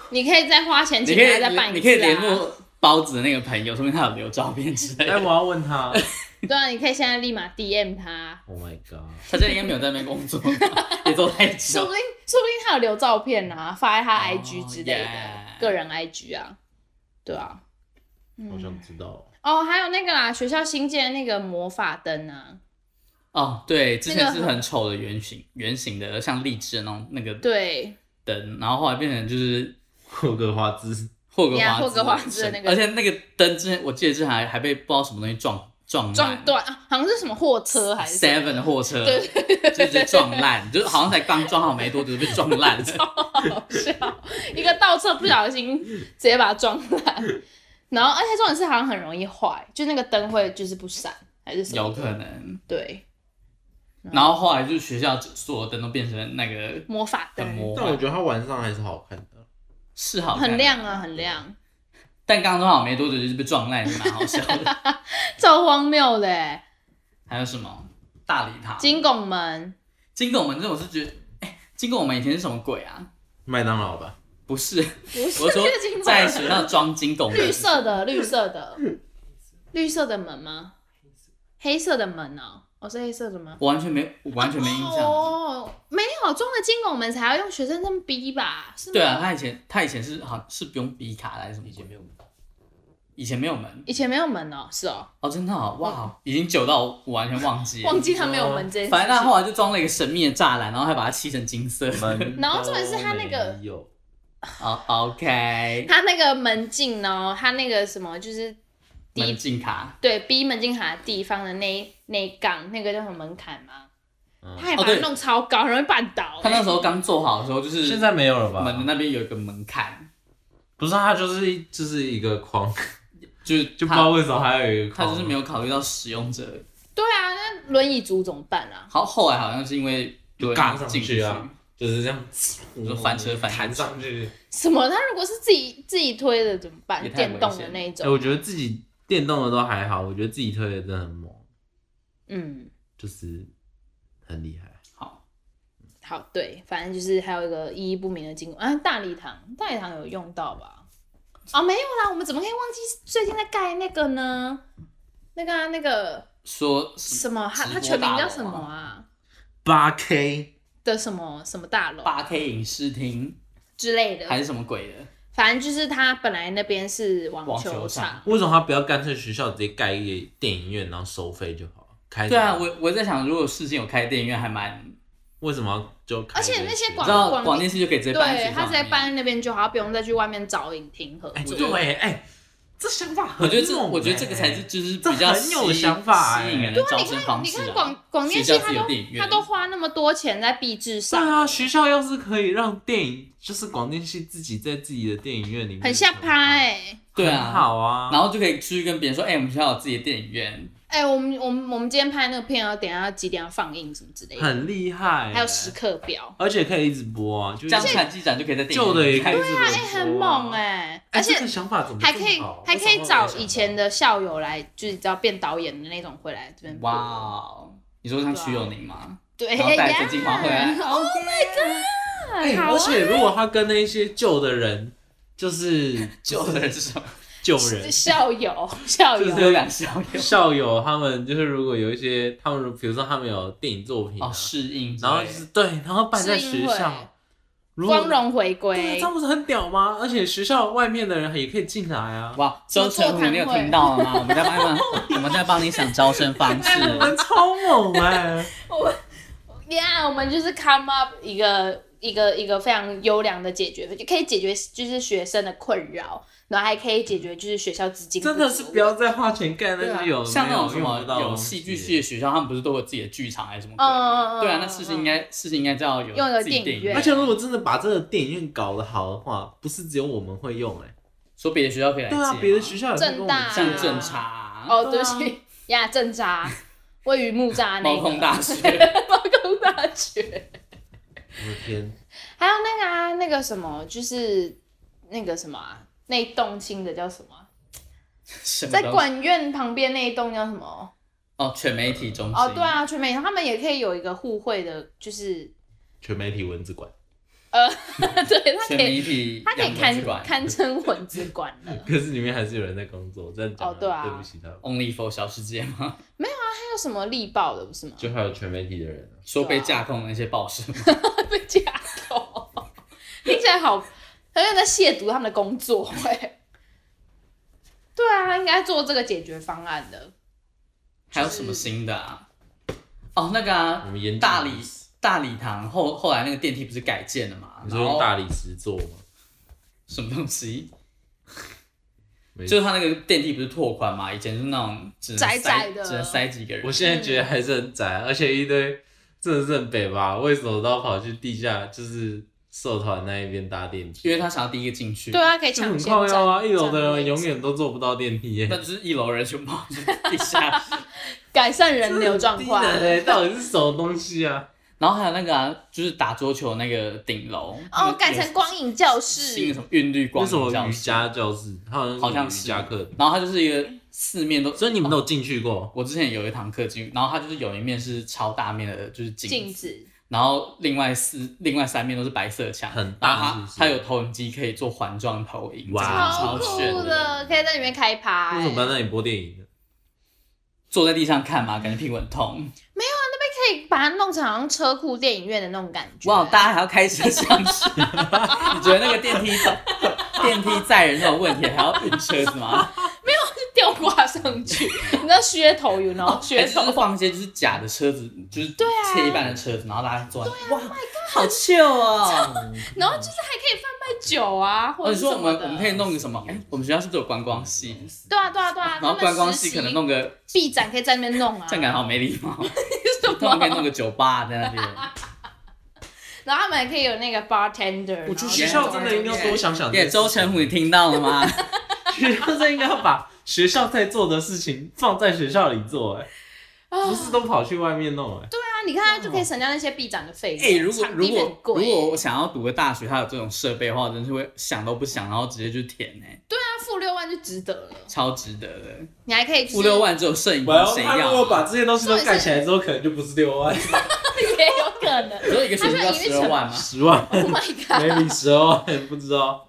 你可以再花钱你请可他再以办一次啊。你可以联络包子的那个朋友，说明他有留照片之类 哎，的。我要问他。对啊，你可以现在立马 DM 他， Oh my god！他现在应该没有在那边工作吧，也做太久 说不。定说不定他有留照片啊，发在他哦 IG 之类的、 yeah 个人 IG 啊，对啊。好想知道。哦，还有那个啦，学校新建的那个魔法灯啊，哦，对，之那前个是很丑的圆形圆形的，像荔枝的那种那个对，灯，然后后来变成就是霍格华兹，霍格呀华兹霍格华兹的那个而且那个灯之前我记得之前还还被不知道什么东西撞撞撞烂断啊，好像是什么货车还是什么 Seven 的货车， 就直接撞烂，就是好像才刚装好没多久就被撞 烂了。好笑，一个倒车不小心直接把它撞烂，然后而且重点是好像很容易坏，就那个灯会就是不闪还是什么，有可能。对，然后后来就是学校所有灯都变成那个魔法很灯魔但我幻，觉得它晚上还是好看的。是好看很亮啊，。很亮，但刚装好没多久就是被撞烂，蛮好笑 的。超荒谬的欸，还有什么大礼堂？金拱门。金拱门这种是觉得，哎，金拱门以前是什么鬼啊？麦当劳吧，不是，不是我说 那个金拱门在学校装金拱门，绿色的，绿色的，绿色的门吗？黑色的门哦，哦是黑色的吗？我完全没，我完全没印象。哦，没有，装了金拱门才要用学生证逼吧？是吗？对啊，，他以前他以前是好像是不用逼卡还是什么？以前没有，以前没有门以前没有门哦，是哦，哦，真的哦哇，已经久到我完全忘记了。忘记他没有门这件哦反正事他情。后来就装了一个神秘的栅栏，然后还把它漆成金色。门然后重点是它那个都没有哦，OK，他那个门禁哦，他那个什么就是门第禁卡。对逼门禁卡的地方的那一那一杠，那个叫什么门槛吗？嗯他还哦把它对弄超高，很容易绊倒他欸。那时候刚做好的时候，就是现在没有了吧？门的那边有一个门槛，不是，它就是一就是一个框，就是就不知道他为什么还有一个他框。就是没有考虑到使用者。对啊，那轮椅族怎么办啊？好，后来好像是因为有人尬上进去啊就是这样，就翻车翻车弹上去。什么？他如果是自己自己推的怎么办也？太电动危的险那一哎、种，我觉得自己电动的都还好，我觉得自己推的真的很猛，嗯，就是很厉害。好，好，对，反正就是还有一个意义不明的经过啊，大礼堂，大礼堂有用到吧？啊、没有啦，我们怎么可以忘记最近在盖那个呢？那个啊，那个说什么，它直它播全名大叫楼什么吗啊？八 K 的什么什么大楼八 K 影视厅之类的，还是什么鬼的？反正就是它本来那边是网网球球场场，为什么他不要干脆学校直接盖一个电影院，然后收费就好了？开对啊，我我在想，如果市境有开电影院，还蛮，你为什么要就开而且这个那些学广知道广广电系就可以直接搬去对，学校它直接里面搬在那边就好，它不用再去外面找影厅合哎，作。对哎哎，这想法很我觉得嗯这，猛我觉得这哎个才是就是这比较很有吸想法哎吸引人的招你生看，方你式看啊。广广电学系校它自都己有电影院它都花那么多钱在壁纸对上，啊，学校要是可以让电影，就是广电系自己在自己的电影院里面，很像拍、欸。对很啊，好啊。然后就可以去跟别人说，哎，我们学校有自己的电影院，哎、我们我们我们今天拍那个片，要等一下几点要放映什么之类的，很厉害、欸还有时，刻表，而且可以一直播啊，就这是样产季展就可以在电旧影的也院可开以一。直播、啊。哎、很猛哎、哎、而且这个想法怎么还可以这么好还可以我想到找以前的校友来，就是只要变导演的那种会来这边播哇，哦，你说像徐有宁吗？对啊哎然后带呀着金啊华回来，Oh my 我 god！也想好到哎、而啊，且如果他跟那些旧的人， 就是旧的人是什么？旧 人校友校就友是有两校 友校友，他们就是如果有一些他们，比如说他们有电影作品、啊哦，适应之类的，然后就是对，然后办在学是因为校，如果光荣回对，啊归这，样不是很屌吗？而且学校外面的人也可以进来啊，哇，周座成儒，谈你有会听到了吗？我们在帮 忙，我们在帮你想招生方式。 我们超猛 哎、呀我们就是 come up 一个一个一个非常优良的解决，就可以解决就是学生的困扰，然后还可以解决就是学校资金真的是足嗯不要再花钱干那些有啊像那种没什有么用不到的有东西欸戏剧系的学校，他们不是都有自己的剧场还是什么鬼？嗯嗯嗯，对啊，那事情应该事情应该就要有用有自己电电影影院院，而且如果真的把这个电影院搞得好的话，不是只有我们会用哎、说别的学校可以来对借啊嘛，，别的学校也会跟我正大们啊像哦正差啊、哦，对对不啊起呀，正 渣，位于木栅那猫个空大学，猫空大学，我的天，还有那个啊，那个什么，就是那个什么啊，那一栋新的叫什么啊？ 什么在东西管院旁边那一栋叫什么？哦全媒体中心哦，对，啊，全美他们也可以有一个互惠的，就是全媒体文字馆， 对他可全以媒体它可以阳光之堪馆堪称文字馆啊了。 还可是里面还是有人在工作，这样讲哦对啊对不起他们， Only for 小世界吗？有什么力爆的不是吗？ 就还有全媒体的人、啊，说被架空的那些报社吗，被架空，听起来好，好像在亵渎他们的工作哎、对啊，应该做这个解决方案的。还有什么新的啊？哦，那个啊我们研究大理大礼堂后后来那个电梯不是改建了嘛？你然说后用大理石做吗？什么东西？没就是它那个电梯不是拓宽嘛？以前是那种只能窄塞窄的只能塞几个人。我现在觉得还是很窄，而且一堆真的是很北吧，为什么都要跑去地下就是社团那一边搭电梯？因为他想要第一个进去。对，啊，可以就抢很先靠占腰啊！一楼的占位人置永远都坐不到电梯耶那，就是一楼人全跑去地 下室。改善 人流状况。真的很低能欸到底是什么东西啊？然后还有那个、啊、就是打桌球那个顶楼哦，改成光影教新的室什，么韵律为光什么影教瑜室，伽教室？它好好像像是是瑜伽课，然后它就是一个四面都。所以你们都有进去过？我之前有一堂课进去，然后它就是有一面是超大面的，就是镜镜子，子，然后另外四另外三面都是白色墙，很大然后它是不是它有投影机可以做环状投影，哇哦超啊超炫酷的，的，可以在里面开趴、为欸。什么不要让你播电影呢？坐在地上看嘛，感觉屁股很痛。可以把它弄成好像车库电影院的那种感觉。哇，大家还要开车上去？你觉得那个电梯载 电梯载人这种问题还要运车子吗？ 吊挂上去，你知道噱头有 you know 还噱是就头是。放一些就是假的车子，就是对啊 Oh 切一半的车子，然后大家坐在哇，好 chill 哦！然后就是还可以贩卖酒啊，或哦，者你是说我什么们的。我们可以弄个什么？哎，我们学校是不是有观光系？对啊，对啊，对啊。然后观光系可能弄个， B 展可以在那边弄啊这，样感觉好没礼貌。 什他们可以弄么？个酒吧在那 边，然后他们还可以有那个 bartender。我觉然后得学校真的应该要多想想这耶，件哎事情。周成虎，你听到 了吗？学校真的应该要把学校在做的事情放在学校里做，哎，啊不是都跑去外面弄，哎，对啊，你看他就可以省掉那些 B 展的费用。哦哎、如果场如地很果贵如果我想要读个大学，它有这种设备的话，我真是会想都不想，然后直接就填哎、那付六万就值得了，超值得的。你还可以付六，万只有摄影 我要棚谁他如要果啊、把这些东西都盖起来之后，可能就不是六万。 也有可可 能。有一个学期要十二万吗？ 十万 Oh my god！ 啊，maybe 十二万，不知道。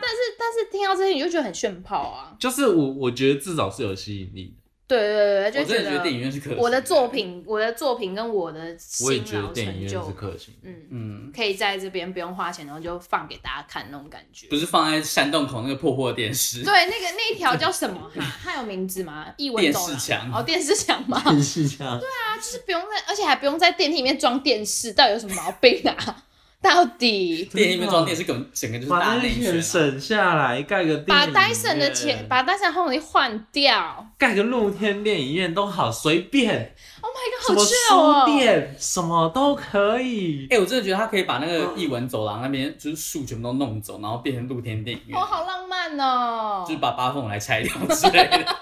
但是听到这些你就觉得很炫炮啊！就是我，我觉得至少是有吸引力的。对对对对，我就真的觉得电影院是可啊我的作，品，我的作品跟我的我也辛觉得劳电影成院就，是克星。嗯，嗯，可以在这边不用花钱，然后就放给大家看那种感觉。不是放在山洞口那个破破的电视，对，那个那一条叫什么哈？它有名字吗？译文电走视廊墙哦，电视墙吗？很是这样，就是不用在，而且还不用在电梯里面装电视，到底有什么毛病啊？ 到底电影院装电视，根本整个就是 把大那内钱宣啊。省下来盖个电把影 Dyson 的院钱，把 Dyson 烘衣换掉。盖个露天电影院都好，随便 Oh my god，什么好 chill 哦！书店什么都可以。哎、我真的觉得他可以把那个嗯艺文走廊那边就是树全部都弄走，然后变成露天电影院哦，，好浪漫哦！就是把八凤来拆掉之类的，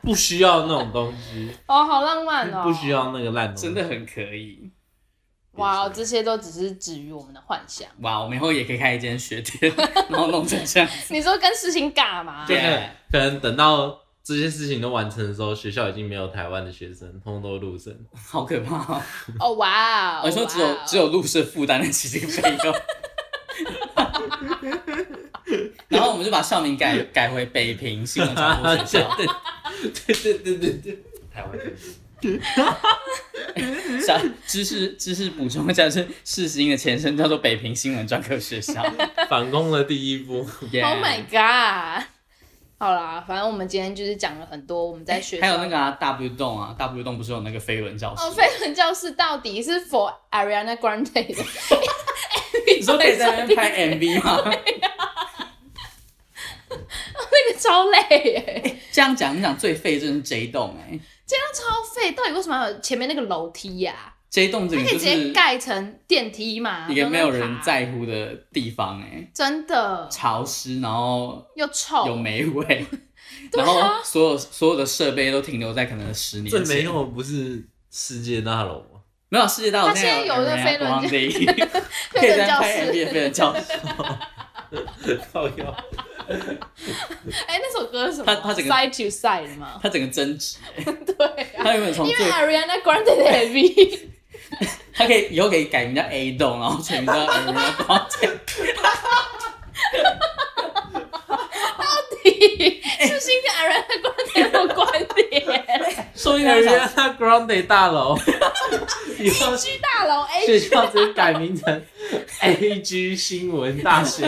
不需要那种东西，哦，好浪漫哦！不需。要那个烂东西。真的很可以。哇，这些都只是止于我们的幻 想。哇，我们以后也可以开一间学店， 然后弄成这样。你说跟事情尬嘛？就对可能可能等到这些事情都完成的时候，学校已经没有台湾的学生，通通都陆生。好可怕、哦！哦哇哦！我说只有哇哦只有陆社负担得起这个费 用，然后我们就把校名 改改回北平新闻传播学校，对对对对对，台湾政府小知识知识补充一下，是世新的前身叫做北平新闻专科 学校。反攻的第一步。 Yeah Oh my god！好啦，反正我们今天就是讲了很多我们在学校还有那个、啊、W 洞啊，W 洞不是有那个飞轮教室？哦，飞轮教室到底是 for Ariana Grande 的？ 你说可以在那边拍 MV 吗？ 那个超累耶，这样讲，你讲最废真的是 J 洞哎、这样超废，到底为什么要有前面那个楼梯呀、 j 洞这它个可以就直接啊是盖成电梯嘛？一个没有慢慢人爬，在乎的地方哎、真的潮湿，然后又臭有霉味，对然啊后所有所有的设备都停留在可能十年最前。没用的不是世界大楼吗？没有世界大他楼现在有那人飞轮可以 飞轮在教拍 NBA 室。飞轮教室，靠腰，哎、那首歌是什么？他他整个 side to side 的 吗？它整个增值，对啊，它原本从因为最， Ariana Grande 的 E MV 它可以以后可以改名叫 A 栋，然后全名叫 NBA 光剑。哎是不是跟 Ariana Grande 有关联？ 说不定他想 Ariana Grande 大楼，以后居大楼哎 A 学校直接改名成 AG 新闻大学。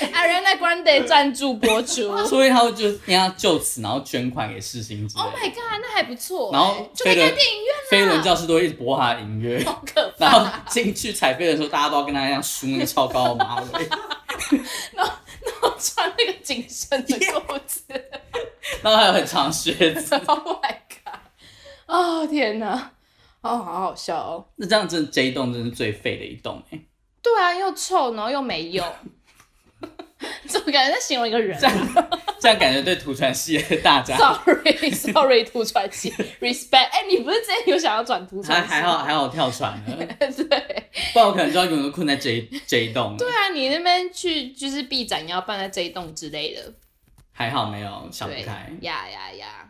Ariana Grande 赞助播 出。说不定他会就人家就此然后捐款给世新之类 Oh 的， my god，那还不错欸。然后就可以飞看轮电影啊院，飞轮教室都会一直播他的音 乐。好可然怕。后进去踩飞的时候，大家都要跟他一样梳那个超高的马尾，然后穿那个紧身 的裤子。然后还有很长的靴子， Oh my god！哦天哪！哦，好好笑哦。那这样真的这一栋真是最废的一栋哎、欸，对啊，又臭，然后又没用， 怎么感觉在形容一个人啊这 样这样感觉对土传系的大家？Sorry，Sorry，突传系，respect。哎，你不是之前有想要转突还传系？还好还好跳船 了，对不然我可能就要永远困在这一这一栋了。对啊，你那边去就是臂展要办在这一栋之类的。还好没有想不对开。呀呀呀！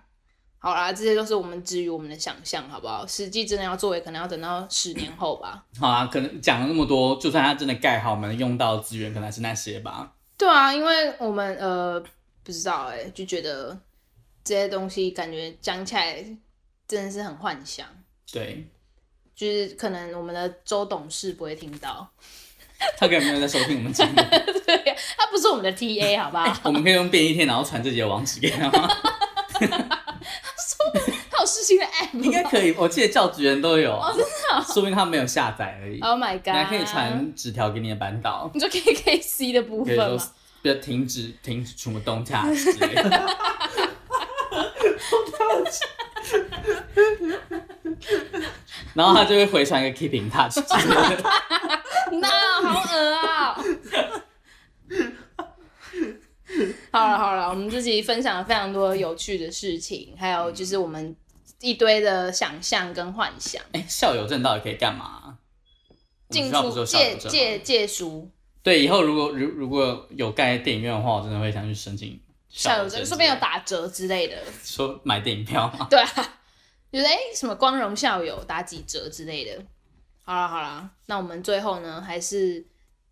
好啦，这些都是我们基于我们的想象，好不好？实际真的要做，也可能要等到十年后吧。好啊，可能讲了那么多，就算它真的盖好，我们用到的资源可能还是那些吧。对啊，因为我们呃不知道哎、就觉得这些东西感觉讲起来真的是很幻想，对，就是可能我们的周董事不会听到， 他可能没有在收听我们节目，对呀、他不是我们的 TA，好不好？我们可以用便利贴，然后传自己的网址给 他吗？他有事情的 app，应该可以，我记得教职员都有，哦、真的、说明他没有下载而已。 Oh my god！本来可以，传纸条给你的班导，你说 KKC 的部比分如说吗？不要停止停止什么 动态之类的。然后他就会回传一个 keep in touch 之类的。那好恶啊！ 好了好了，我们自己分享了非常多有趣的事情，还有就是我们一堆的想象跟幻想，哎、校友证到底可以干嘛？我们进学校不是出有校友借证吗借借书对，以后如果如如果有盖电影院的话，我真的会想去申请校友证证，之类的，说不定有打折之类的。说买电影票嘛。 对啊，就是哎、诶什么光荣校友打几折之类的。好啦好啦，那我们最后呢，还是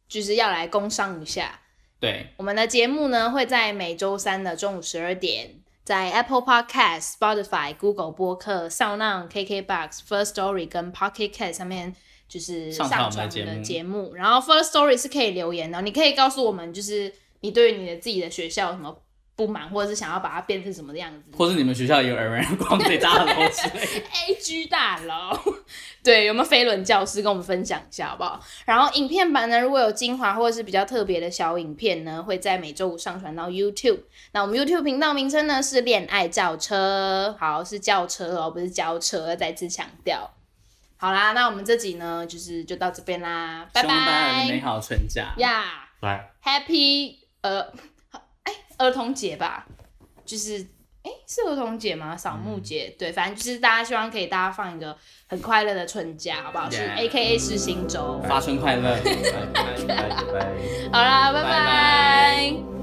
就是要来工商一下，对，我们的节目呢会在每周三的中午十二点，在 Apple Podcast、Spotify、Google 播客、Sound On、KKBox、First Story 跟 Pocket Cast 上面就是上上传传我我们的们节目的节目。然后 First Story 是可以留言的，你可以告诉我们，就是你对于你的自己的学校有什么不满，或者是想要把它变成什么样子。或是你们学校有人光 北大楼之类的， A G 大楼， 对，有没有飞轮教师跟我们分享一下好不好？然后影片版呢，如果有精华或者是比较特别的小影片呢，会在每周五上传到 YouTube。那我们 YouTube 频道名称呢是“恋爱轿车”，好，是轿车哦，不是轿车，再次强调。好啦，那我们这集呢，就是就到这边啦，拜希望大家有个美拜好的成家。呀、来， h a p p y 呃，哎，儿童节吧，就是哎是儿童节吗？扫嗯墓节，对，反正就是大家希望可以大家放一个很快乐的春假，好不好？是 Yeah 嗯 A K A 是新周。发春快乐！拜拜拜拜。好啦，拜拜拜